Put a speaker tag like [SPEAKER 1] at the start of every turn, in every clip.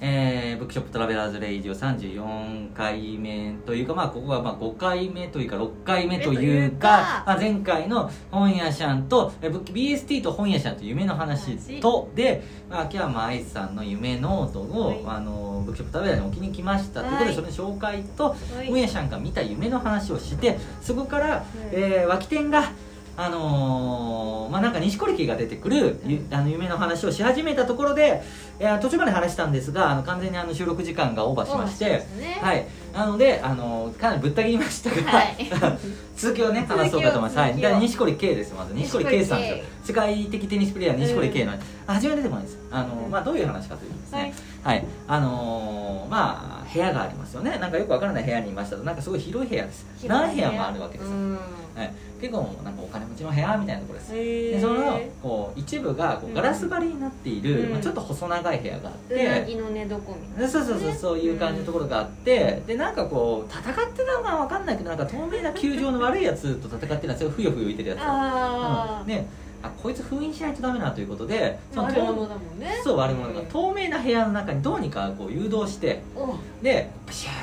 [SPEAKER 1] えーブックショップトラベラーズレイディオ34回目というか、まあ、ここがまあ5回目というか6回目というか、まあ、前回の本屋シャンとえーブック BST と本屋シャンと夢の話とで、まあ、秋山愛さんの夢ノートを、
[SPEAKER 2] はい
[SPEAKER 1] あのブックショップトラベラーに置きに来ましたということ
[SPEAKER 2] は
[SPEAKER 1] で
[SPEAKER 2] い
[SPEAKER 1] その紹介と
[SPEAKER 2] はい
[SPEAKER 1] 本屋シャンが見た夢の話をしてそこから、
[SPEAKER 2] ん
[SPEAKER 1] えー脇店が。あのーまあなんか錦織家が出てくる、ゆあの夢の話をし始めたところで、えー途中まで話したんですがあの完全にあの収録時間がオーバーしまして
[SPEAKER 2] オーバーしましたね
[SPEAKER 1] はい、なので、あのーかなりぶった切りましたが、
[SPEAKER 2] はい
[SPEAKER 1] 続きをね
[SPEAKER 2] 続きを
[SPEAKER 1] 話そうかと思います、はい、
[SPEAKER 2] 続
[SPEAKER 1] で
[SPEAKER 2] きを
[SPEAKER 1] 錦織圭ですまず錦織圭さんですよ世界的テニスプレーヤー錦織圭の、あ初めてでもないですあのー、まあ、どういう話かというとですね、はい、あのーまあ部屋がありますよねなんかよくわからない部屋にいましたとなんかすごい広い部屋です何部屋もあるわけですよ、
[SPEAKER 2] うん
[SPEAKER 1] はい、結構もうなんかお金持ちの部屋みたいなところです
[SPEAKER 2] へ
[SPEAKER 1] で
[SPEAKER 2] ー
[SPEAKER 1] そのこう一部がこ
[SPEAKER 2] う
[SPEAKER 1] うんガラス張りになっている、
[SPEAKER 2] うん
[SPEAKER 1] まあ、ちょっと細長い部屋があって、
[SPEAKER 2] うなぎの寝床みたい
[SPEAKER 1] でそうそうそう
[SPEAKER 2] ね
[SPEAKER 1] そういう感じのところがあってでなんかこう戦ってたのかわかんないけどなんか透明な球場の悪いやつと戦ってたんですよふよふよ浮いてるやつ
[SPEAKER 2] なああ、
[SPEAKER 1] うん、ねあこいつ封印しないとダメなということでその
[SPEAKER 2] 悪者だもんね
[SPEAKER 1] そう悪者が
[SPEAKER 2] ん
[SPEAKER 1] 透明な部屋の中にどうにかこう誘導して
[SPEAKER 2] お
[SPEAKER 1] でプシャーっ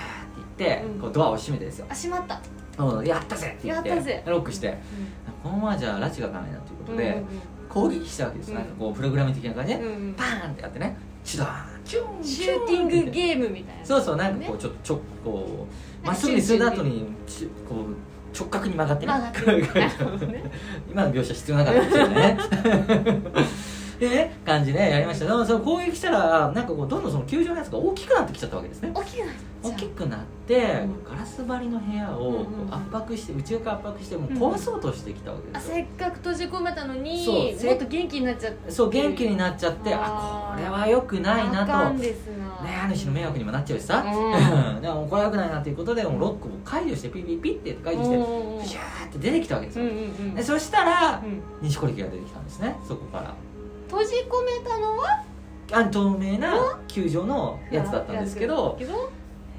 [SPEAKER 1] て言って、
[SPEAKER 2] うん
[SPEAKER 1] こうドアを閉めてですよ
[SPEAKER 2] あ閉まった、
[SPEAKER 1] 「うんやったぜ!」って言っ
[SPEAKER 2] やったぜ
[SPEAKER 1] てロックしてこのままじゃ拉致が開かないなということで、攻撃したわけです、
[SPEAKER 2] うん
[SPEAKER 1] なんかこうプログラム的な感じで、
[SPEAKER 2] うんうん
[SPEAKER 1] パーンってやってねシュドーンキューン
[SPEAKER 2] シューティング
[SPEAKER 1] ー
[SPEAKER 2] ゲームみたいな
[SPEAKER 1] そうそうなんかこう
[SPEAKER 2] ね
[SPEAKER 1] ちょっとちょこうま
[SPEAKER 2] なん
[SPEAKER 1] っ
[SPEAKER 2] か
[SPEAKER 1] すぐに進んだ後にちこう直角に曲がってね
[SPEAKER 2] 曲がって ね
[SPEAKER 1] 今の描写必要なかったですよね でね感じでやりましたでもその攻撃したらなんかこうどんどんその球場のやつが大きくなってきちゃったわけですね
[SPEAKER 2] 大きくなっちゃう
[SPEAKER 1] 大きくなって
[SPEAKER 2] うん
[SPEAKER 1] ガラス張りの部屋
[SPEAKER 2] うん
[SPEAKER 1] をこ
[SPEAKER 2] うんうん
[SPEAKER 1] う圧迫して内側から圧迫してもう壊そうとしてきたわけ
[SPEAKER 2] あ
[SPEAKER 1] ですよ
[SPEAKER 2] せっかく閉じ込めたのに
[SPEAKER 1] そうせ
[SPEAKER 2] もっと元気になっちゃって
[SPEAKER 1] そう元気になっちゃって
[SPEAKER 2] あ
[SPEAKER 1] あこ
[SPEAKER 2] ー
[SPEAKER 1] れは良くないな
[SPEAKER 2] あか
[SPEAKER 1] と
[SPEAKER 2] ん
[SPEAKER 1] ね
[SPEAKER 2] ですな
[SPEAKER 1] あ主の迷惑にもなっちゃうしさ、
[SPEAKER 2] う
[SPEAKER 1] でもこれは良くないなということでもうロックを解除してピピピって解除して
[SPEAKER 2] うんうんうん
[SPEAKER 1] ピシャーって出てきたわけです
[SPEAKER 2] うん
[SPEAKER 1] よ、
[SPEAKER 2] うんうん
[SPEAKER 1] でそしたら
[SPEAKER 2] うん
[SPEAKER 1] 錦織家が出てきたんですねそこから
[SPEAKER 2] 閉じ込めたのは
[SPEAKER 1] あ透明な球場のやつだったんですけど
[SPEAKER 2] やつだっ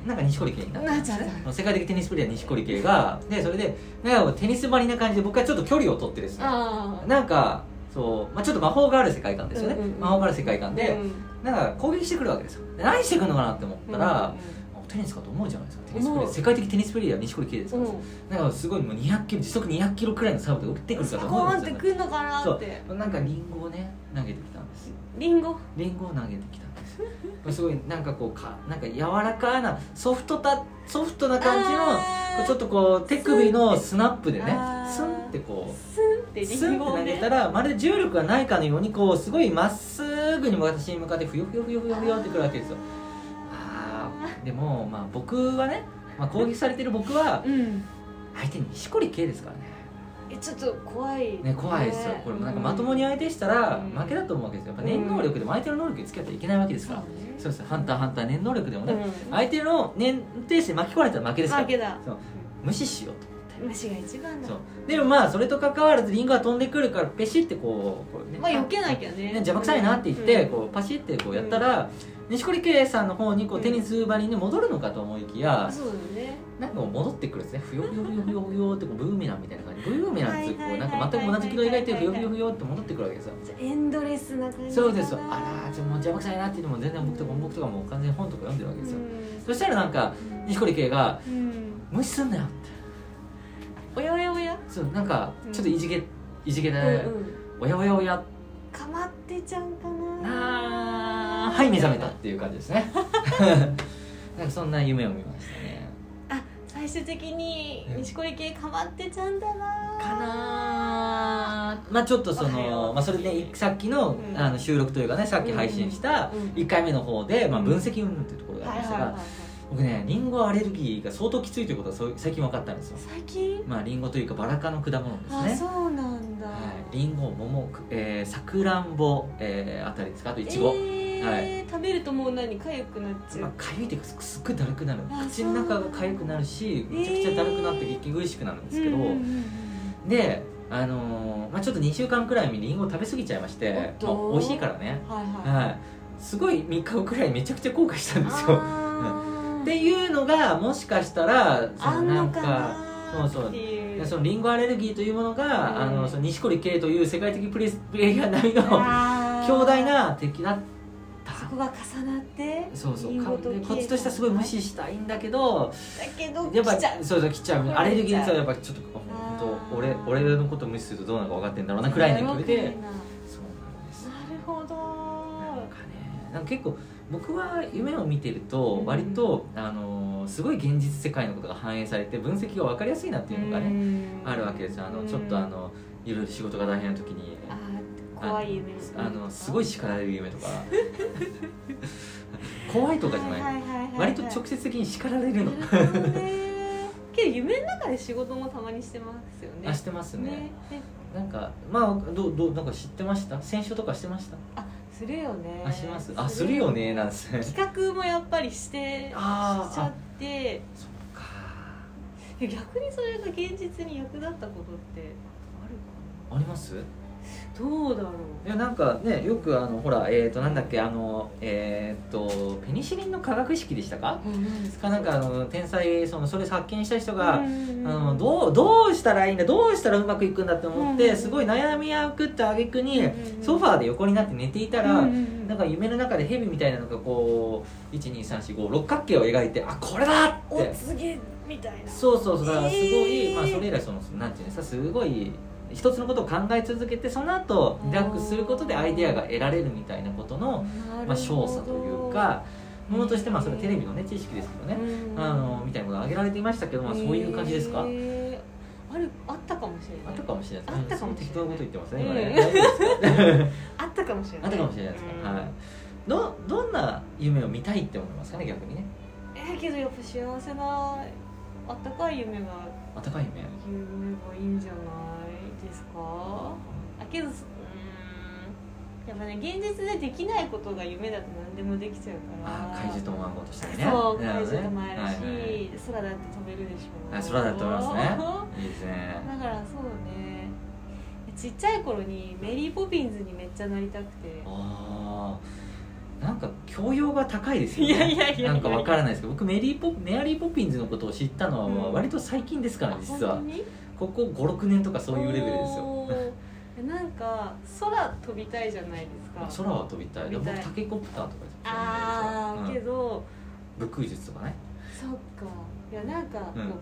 [SPEAKER 1] なんか錦織家になったんです
[SPEAKER 2] なっちゃ
[SPEAKER 1] ね世界的テニスプレーヤー錦織家がでそれでなんかテニス張りな感じで僕はちょっと距離を取ってです
[SPEAKER 2] たけど
[SPEAKER 1] ね
[SPEAKER 2] あ
[SPEAKER 1] なんかそう、まあ、ちょっと魔法がある世界観ですよね、
[SPEAKER 2] うんうんうん
[SPEAKER 1] 魔法がある世界
[SPEAKER 2] あ
[SPEAKER 1] 観で、なんか攻撃してくるわけですよで何してくるのかなって思ったら、テニスかと思うじゃないですかテニスプレー
[SPEAKER 2] 思う
[SPEAKER 1] 世界的テニスプレーヤー錦織圭ですか
[SPEAKER 2] うん
[SPEAKER 1] ら、なんかすごいもう200キロ時速200キロくらいのサーブで打ってくる
[SPEAKER 2] ス
[SPEAKER 1] かと
[SPEAKER 2] コ
[SPEAKER 1] 思う
[SPEAKER 2] ー
[SPEAKER 1] ん
[SPEAKER 2] ンっ
[SPEAKER 1] で
[SPEAKER 2] て
[SPEAKER 1] すよ、
[SPEAKER 2] くんのかなって
[SPEAKER 1] そうなんかリンゴをね投げてきたんです
[SPEAKER 2] リンゴ
[SPEAKER 1] リンゴを投げてきたんですこれすごいなんかこうかなんか柔らかなソフトたソフトな感じのこ
[SPEAKER 2] あー
[SPEAKER 1] うちょっとこう手首のスナップでね
[SPEAKER 2] あー
[SPEAKER 1] スンってこう
[SPEAKER 2] スンってリ
[SPEAKER 1] ス
[SPEAKER 2] ン
[SPEAKER 1] ンっ
[SPEAKER 2] ゴ
[SPEAKER 1] て
[SPEAKER 2] を
[SPEAKER 1] 投げ
[SPEAKER 2] ね
[SPEAKER 1] たらまるで重力がないかのようにこうすごいまっすぐに私に向かってふよふよふよふよふよってくるわけですよあーでもまあ僕はね、まあ、攻撃されてる僕は
[SPEAKER 2] うん
[SPEAKER 1] 相手に錦織圭ですからね
[SPEAKER 2] えちょっと怖い
[SPEAKER 1] ね怖いですよこれもなんかまともに相手したら負けだと思うわけですよやっぱ念能力でも相手の能力に付き合ってはいけないわけですからそうですハンターハンター念能力でもね
[SPEAKER 2] うん
[SPEAKER 1] 相手の念定して巻き込まれたら負けですから
[SPEAKER 2] 負けだ
[SPEAKER 1] そう無視しようと
[SPEAKER 2] 虫が一番だ
[SPEAKER 1] そうでもまあそれと関わらずリンゴが飛んでくるからペシってこうこうね
[SPEAKER 2] まあ避けなきゃね
[SPEAKER 1] ね、邪魔くさいなって言って、
[SPEAKER 2] うん
[SPEAKER 1] こうパシってこうやったら、錦織圭さんの方にこう
[SPEAKER 2] うん
[SPEAKER 1] テニス張りに戻るのかと思いきや
[SPEAKER 2] あ、そうだね
[SPEAKER 1] なんかもう戻ってくるんですねふよふよふよふよふよってこうブーメランみたいな感じブーメランってこ
[SPEAKER 2] はいうは
[SPEAKER 1] ないん
[SPEAKER 2] はい
[SPEAKER 1] か全く同じ軌道描いて
[SPEAKER 2] は
[SPEAKER 1] ふ
[SPEAKER 2] い
[SPEAKER 1] よ
[SPEAKER 2] は
[SPEAKER 1] ふ
[SPEAKER 2] いはい
[SPEAKER 1] よふよって戻ってくるわけですよ
[SPEAKER 2] じゃあエンドレスな感じかな
[SPEAKER 1] そうですよあらじゃあもう邪魔くさいなって言っても全然僕とか僕とかもう完全に本とか読んでるわけですよ、そしたらなんか錦織圭が
[SPEAKER 2] うんうん
[SPEAKER 1] 「無視すんなよ」って
[SPEAKER 2] おやおやおや
[SPEAKER 1] そうなんか
[SPEAKER 2] うん
[SPEAKER 1] ちょっといじけ、いじけ
[SPEAKER 2] う
[SPEAKER 1] で、
[SPEAKER 2] んうん
[SPEAKER 1] おやおやおや
[SPEAKER 2] かまってちゃんかな
[SPEAKER 1] なはい目覚めたっていう感じです ねなんかそんな夢を見ましたね
[SPEAKER 2] あ最終的に
[SPEAKER 1] うん
[SPEAKER 2] 錦織圭かまってちゃんだな
[SPEAKER 1] かなーまあちょっとそ
[SPEAKER 2] おはよ
[SPEAKER 1] の、
[SPEAKER 2] う
[SPEAKER 1] まあ、それでさっきの,、
[SPEAKER 2] うん
[SPEAKER 1] あの収録というかねさっき配信した
[SPEAKER 2] うん
[SPEAKER 1] 1回目の方で、まあ、
[SPEAKER 2] うん
[SPEAKER 1] 分析云々というところがあ
[SPEAKER 2] は
[SPEAKER 1] りまし
[SPEAKER 2] いはい
[SPEAKER 1] たが、
[SPEAKER 2] はいはい
[SPEAKER 1] 僕ねリンゴアレルギーが相当きついということはそう最近分かったんですよ
[SPEAKER 2] 最近
[SPEAKER 1] まあリンゴというかバラ科の果物ですね
[SPEAKER 2] あそうなんだ
[SPEAKER 1] はい、リンゴ桃くえーさくらんぼ、えーあたりですかあといちご、
[SPEAKER 2] えー食べるともう何痒くなっちゃ
[SPEAKER 1] まあ
[SPEAKER 2] う、
[SPEAKER 1] かゆいっていうかすっごいだるくなる
[SPEAKER 2] あ
[SPEAKER 1] 口の中がかゆくなるしめちゃくちゃだるくなって
[SPEAKER 2] えー
[SPEAKER 1] 息苦しくなるんで
[SPEAKER 2] う
[SPEAKER 1] す
[SPEAKER 2] ん
[SPEAKER 1] け
[SPEAKER 2] う
[SPEAKER 1] ど、
[SPEAKER 2] んうん
[SPEAKER 1] であのーまあ、ちょっと2週間くらいにりんごを食べ過ぎちゃいまして
[SPEAKER 2] おっ、
[SPEAKER 1] まあ
[SPEAKER 2] と、
[SPEAKER 1] 美味しいからね、
[SPEAKER 2] うんはいはい
[SPEAKER 1] はい、すごい3日後くらいめちゃくちゃ後悔したん ですよ
[SPEAKER 2] あ
[SPEAKER 1] っ
[SPEAKER 2] ー
[SPEAKER 1] ていうのがもしかしたらそ
[SPEAKER 2] あ
[SPEAKER 1] の
[SPEAKER 2] ん
[SPEAKER 1] な
[SPEAKER 2] の
[SPEAKER 1] ん
[SPEAKER 2] か
[SPEAKER 1] か
[SPEAKER 2] な
[SPEAKER 1] そうそう
[SPEAKER 2] っていう
[SPEAKER 1] そのリンゴアレルギーというものが、
[SPEAKER 2] うん
[SPEAKER 1] あのその錦織圭という世界的プレスプレイヤー並みの
[SPEAKER 2] あー
[SPEAKER 1] 強大な敵だった
[SPEAKER 2] こが重なって
[SPEAKER 1] そうそう
[SPEAKER 2] リンゴと
[SPEAKER 1] で
[SPEAKER 2] ケイ
[SPEAKER 1] こっちとしてはすごい無視したいんだけど
[SPEAKER 2] だけど
[SPEAKER 1] やっぱ
[SPEAKER 2] 来ちゃう
[SPEAKER 1] そうそう来ちゃう
[SPEAKER 2] 来ちゃう
[SPEAKER 1] アレルギーの人はやっぱちょっともう本当俺
[SPEAKER 2] あー
[SPEAKER 1] 俺のこと無視するとどうなるか分かってんだろうなくらいの勢い
[SPEAKER 2] な
[SPEAKER 1] でそ
[SPEAKER 2] る
[SPEAKER 1] うなんです
[SPEAKER 2] ほど
[SPEAKER 1] なんかねなんか結構僕は夢を見てると割と、あのーすごい現実世界のことが反映されて分析が分かりやすいなっていうのがね、あるわけですよあのちょっとあのいろいろ仕事が大変な時に
[SPEAKER 2] あー怖い夢
[SPEAKER 1] あのすごい叱られる夢 とか怖いとかじゃない,、
[SPEAKER 2] はいはいはいはい
[SPEAKER 1] 割と直接的に叱られるの
[SPEAKER 2] なるほどねけど夢の中で仕事もたまにしてますよね
[SPEAKER 1] あしてますね
[SPEAKER 2] ねね
[SPEAKER 1] なんかまあどうどうなんか知ってました選書とかしてました、
[SPEAKER 2] あするよね
[SPEAKER 1] あしますあするよねなんですね
[SPEAKER 2] 企画もやっぱりしてしち
[SPEAKER 1] あーあ
[SPEAKER 2] ゃって
[SPEAKER 1] そっか
[SPEAKER 2] 逆にそれが現実に役立ったことってあるか
[SPEAKER 1] あります
[SPEAKER 2] などうだろう
[SPEAKER 1] いやなんかねよくあのほらえっ、となんだっけあのえっ、とペニシリンの化学式でしたかかなんかあの天才そのそれ発見した人が、あの
[SPEAKER 2] う
[SPEAKER 1] どうどうしたらいいんだどうしたらうまくいくんだって思って、
[SPEAKER 2] うん
[SPEAKER 1] すごい悩みあくってあげくに、
[SPEAKER 2] うんうん
[SPEAKER 1] ソファーで横になって寝ていたら、なん
[SPEAKER 2] か
[SPEAKER 1] か夢の中で蛇みたいなのがこう12345六角形を描いてあこれだっ
[SPEAKER 2] お
[SPEAKER 1] て
[SPEAKER 2] 告げみたいな
[SPEAKER 1] そうそうそうだからすごい、
[SPEAKER 2] えー
[SPEAKER 1] まあそれ以来そのなんていうのさすごい一つのことを考え続けてその後リラックスすることでアイデアが得られるみたいなことの、まあ、少佐というかものとしてまあそれはテレビのね知識ですけどね、あのみたいなことが挙げられていましたけど、まあ、そういう感じですか、
[SPEAKER 2] えーあるあったかもしれ
[SPEAKER 1] あ
[SPEAKER 2] な
[SPEAKER 1] っ
[SPEAKER 2] い
[SPEAKER 1] たかもしれない
[SPEAKER 2] あったかもしれない
[SPEAKER 1] 適当なこと言ってますね今ね、
[SPEAKER 2] う
[SPEAKER 1] 大
[SPEAKER 2] ん
[SPEAKER 1] 丈夫ですか
[SPEAKER 2] あったかもしれ な
[SPEAKER 1] あ
[SPEAKER 2] い
[SPEAKER 1] ったかもしれないですか、はいどどんな夢を見たいって思いますかね逆にね
[SPEAKER 2] いえーけどやっぱ幸せなあったかい夢が
[SPEAKER 1] あったかい夢
[SPEAKER 2] 夢がいいんじゃないですかあけどすうーんやっぱね現実でできないことが夢だと何でもできちゃうから
[SPEAKER 1] あ怪獣ともあんことしたりね
[SPEAKER 2] そう
[SPEAKER 1] な
[SPEAKER 2] 怪
[SPEAKER 1] るほど
[SPEAKER 2] 獣
[SPEAKER 1] ね
[SPEAKER 2] ともあるし、
[SPEAKER 1] はいはい
[SPEAKER 2] 空だって飛べるでしょ
[SPEAKER 1] あ空だと思いますねいいですね
[SPEAKER 2] だからそうねちっちゃい頃にメリー・ポピンズにめっちゃなりたくて
[SPEAKER 1] ああなんか教養が高いですよね
[SPEAKER 2] いやいやいやいや
[SPEAKER 1] なんかわからないですけど僕メリーポメアリー・ポピンズのことを知ったのはまあ
[SPEAKER 2] うん
[SPEAKER 1] 割と最近ですから、
[SPEAKER 2] あ
[SPEAKER 1] 実は
[SPEAKER 2] 本当に
[SPEAKER 1] ここ56年とかそういうレベルですよ
[SPEAKER 2] おーなんか空飛びたいじゃないですか
[SPEAKER 1] 空は飛びたい
[SPEAKER 2] 飛びたい
[SPEAKER 1] 僕タケコプターとかですよ
[SPEAKER 2] ああ、
[SPEAKER 1] うん
[SPEAKER 2] けど、
[SPEAKER 1] 武空術とかね
[SPEAKER 2] そっかいやなんかこう、
[SPEAKER 1] うん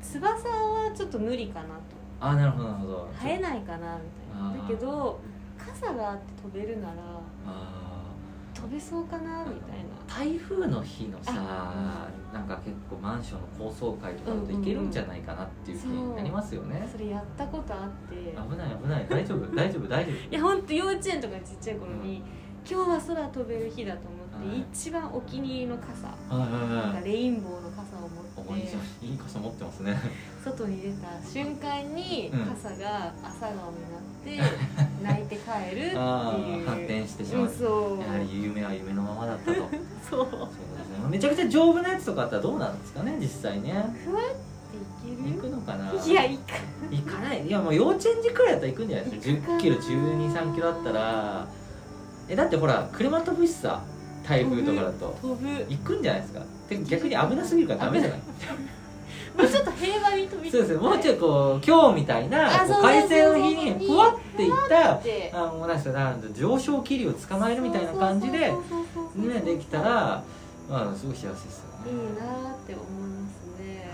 [SPEAKER 2] 翼はちょっと無理かなと
[SPEAKER 1] ああなるほどなるほど
[SPEAKER 2] 生えないかなみたい
[SPEAKER 1] あ
[SPEAKER 2] な
[SPEAKER 1] ー
[SPEAKER 2] だけど傘があって飛べるなら
[SPEAKER 1] あ
[SPEAKER 2] 飛べそうかなみたい
[SPEAKER 1] ー台
[SPEAKER 2] な
[SPEAKER 1] 風の日のさなんか結構マンションの高層階とかだといけるんじゃないかなっていう気になりますよね、
[SPEAKER 2] それやったことあって
[SPEAKER 1] 危ない危ない大丈 夫大丈夫大丈夫
[SPEAKER 2] いやほんと幼稚園とかちっちゃい頃に、今日は空飛べる日だと思って、
[SPEAKER 1] はい
[SPEAKER 2] 一番お気に入りの傘、
[SPEAKER 1] はいはいはい
[SPEAKER 2] レインボーの傘を
[SPEAKER 1] こ
[SPEAKER 2] 持
[SPEAKER 1] こ
[SPEAKER 2] っ
[SPEAKER 1] に
[SPEAKER 2] て
[SPEAKER 1] いい傘持ってますね。
[SPEAKER 2] 外に出た瞬間に
[SPEAKER 1] うん
[SPEAKER 2] 傘が朝顔になって、泣いて帰るって
[SPEAKER 1] あ
[SPEAKER 2] いう
[SPEAKER 1] あ発展してしま
[SPEAKER 2] う。
[SPEAKER 1] うん
[SPEAKER 2] そう
[SPEAKER 1] やはり夢は夢のままだ ったと。そうですね
[SPEAKER 2] そうってい。
[SPEAKER 1] めちゃくちゃ丈夫なやつとかあったらどうなんですかね実際ね。行
[SPEAKER 2] け
[SPEAKER 1] くのかな。
[SPEAKER 2] るいやいか
[SPEAKER 1] 行かない。いやもう幼稚園児くらいだったら行くんじゃないですか。
[SPEAKER 2] 行くか
[SPEAKER 1] 10
[SPEAKER 2] な
[SPEAKER 1] キロ12、3キロだったらえだってほら車飛ぶしさ台風とかだと
[SPEAKER 2] 飛ぶも
[SPEAKER 1] 行くんじゃないですか。てか逆に危なすぎるからダメじゃない。
[SPEAKER 2] うちょっと平和に飛び
[SPEAKER 1] そうですね。もうちょ
[SPEAKER 2] っ
[SPEAKER 1] いこう今日みたいな
[SPEAKER 2] あ
[SPEAKER 1] こ
[SPEAKER 2] そうう
[SPEAKER 1] 快晴の日に
[SPEAKER 2] そうそう
[SPEAKER 1] ふわっていった。
[SPEAKER 2] て
[SPEAKER 1] あもうなんですかなんか上昇気流を捕まえるみたいな感じで
[SPEAKER 2] そうそうそうそうそう
[SPEAKER 1] ねできたらまあすごい幸せですよ
[SPEAKER 2] い
[SPEAKER 1] ね
[SPEAKER 2] いなって思いますね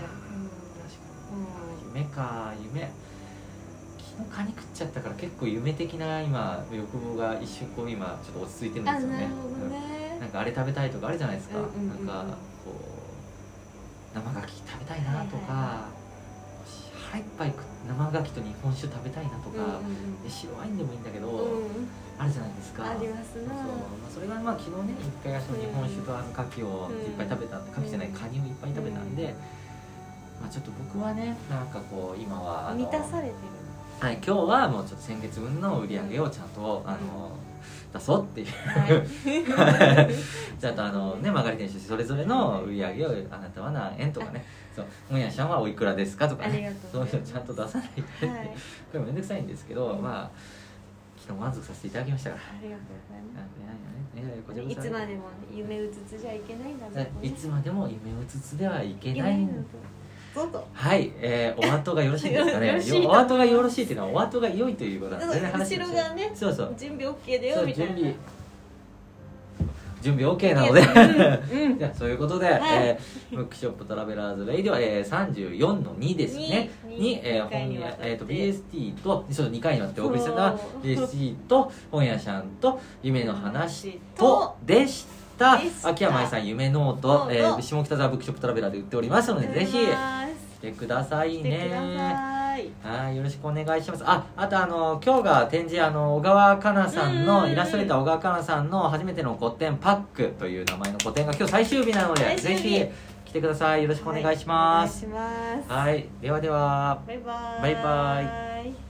[SPEAKER 1] 確かに夢か夢昨日カニ食っちゃったから結構夢的な今欲望が一瞬こう今ちょっと落ち着いてるん
[SPEAKER 2] うんあ
[SPEAKER 1] です
[SPEAKER 2] なる
[SPEAKER 1] よね
[SPEAKER 2] ほど
[SPEAKER 1] うん
[SPEAKER 2] ね
[SPEAKER 1] なんかあれ食べたいとかあるじゃないですか、
[SPEAKER 2] うんうんうんうん
[SPEAKER 1] なんかこう生牡蠣食べたいなとか、
[SPEAKER 2] はいはい
[SPEAKER 1] 腹いっぱい食っ生牡蠣と日本酒食べたいなと
[SPEAKER 2] うん
[SPEAKER 1] か、で白ワインでもいいんだけど、
[SPEAKER 2] うんうん
[SPEAKER 1] あるじゃないですか
[SPEAKER 2] あります
[SPEAKER 1] そう
[SPEAKER 2] な
[SPEAKER 1] まあ、それがまあ昨日ね一回その日本酒とあの牡蠣をいっぱい食べたんで
[SPEAKER 2] うん
[SPEAKER 1] 牡蠣じゃないカニをいっぱい食べたんで、
[SPEAKER 2] うん
[SPEAKER 1] まあ、ちょっと僕はねなんかこう今はあの
[SPEAKER 2] 満たされてる
[SPEAKER 1] はい、今日はもうちょっと先月分の売り上げをちゃんと、あの出そうっていう
[SPEAKER 2] はい
[SPEAKER 1] ちゃんとあのね曲がり店主それぞれの売り上げをあなたは何円とかねそう本屋さんはおいくらですかとか
[SPEAKER 2] あり
[SPEAKER 1] ね
[SPEAKER 2] が
[SPEAKER 1] そう
[SPEAKER 2] と
[SPEAKER 1] う
[SPEAKER 2] ご
[SPEAKER 1] いう
[SPEAKER 2] ざい
[SPEAKER 1] のちゃ
[SPEAKER 2] ます
[SPEAKER 1] んと出さないとね、
[SPEAKER 2] はい
[SPEAKER 1] これもめんどくさいんですけど、まあ昨日満足させていただきましたから。
[SPEAKER 2] ありがとうございます
[SPEAKER 1] なんでねねこちらこ
[SPEAKER 2] い
[SPEAKER 1] そ
[SPEAKER 2] つまでも夢うつつじゃいけないんだ
[SPEAKER 1] ね
[SPEAKER 2] ね
[SPEAKER 1] いつまでも夢うつつではいけ
[SPEAKER 2] いけ
[SPEAKER 1] な
[SPEAKER 2] ない
[SPEAKER 1] い
[SPEAKER 2] んだぞと
[SPEAKER 1] はい、えー、お後がよろしいですか
[SPEAKER 2] よ
[SPEAKER 1] ね
[SPEAKER 2] ろしいと思い
[SPEAKER 1] お
[SPEAKER 2] ます
[SPEAKER 1] 後がよろしいっていうのはお後が良いということなんですね
[SPEAKER 2] 後ろがね
[SPEAKER 1] そうそう
[SPEAKER 2] 準備 OK だ
[SPEAKER 1] そ
[SPEAKER 2] よ
[SPEAKER 1] う
[SPEAKER 2] みたい
[SPEAKER 1] 準
[SPEAKER 2] な
[SPEAKER 1] 備準備 OK なので、
[SPEAKER 2] うんう ん
[SPEAKER 1] じゃあそういうことで、
[SPEAKER 2] はい
[SPEAKER 1] えーブックショップトラベラーズレイディは、えー、34の2ですね
[SPEAKER 2] に
[SPEAKER 1] にえー
[SPEAKER 2] 二回
[SPEAKER 1] 本
[SPEAKER 2] にわ
[SPEAKER 1] 屋
[SPEAKER 2] たって
[SPEAKER 1] えー、と BST とそう2回にわってお送りしたのは
[SPEAKER 2] そう
[SPEAKER 1] BST と本屋さんと夢の話
[SPEAKER 2] と
[SPEAKER 1] とでした
[SPEAKER 2] でした
[SPEAKER 1] 秋山愛さん夢ノー
[SPEAKER 2] ノー
[SPEAKER 1] ト
[SPEAKER 2] ト、
[SPEAKER 1] えー下北沢ブックショップトラベラーで売っておりますのでぜひ
[SPEAKER 2] 来
[SPEAKER 1] 来
[SPEAKER 2] て
[SPEAKER 1] てくださいね
[SPEAKER 2] ください
[SPEAKER 1] はい、よろしくお願いします。あ、あとあの、今日が展示、あの、小川かなさん
[SPEAKER 2] う
[SPEAKER 1] の、
[SPEAKER 2] ん
[SPEAKER 1] イラストレーター小川かなさんの初めての個展パックという名前の個展が今日最終日なので、ぜ
[SPEAKER 2] 最終日
[SPEAKER 1] ひ来てください。よろしくお願いします。
[SPEAKER 2] はいお願いします
[SPEAKER 1] はい、ではでは。
[SPEAKER 2] バイバイ
[SPEAKER 1] バイ
[SPEAKER 2] イ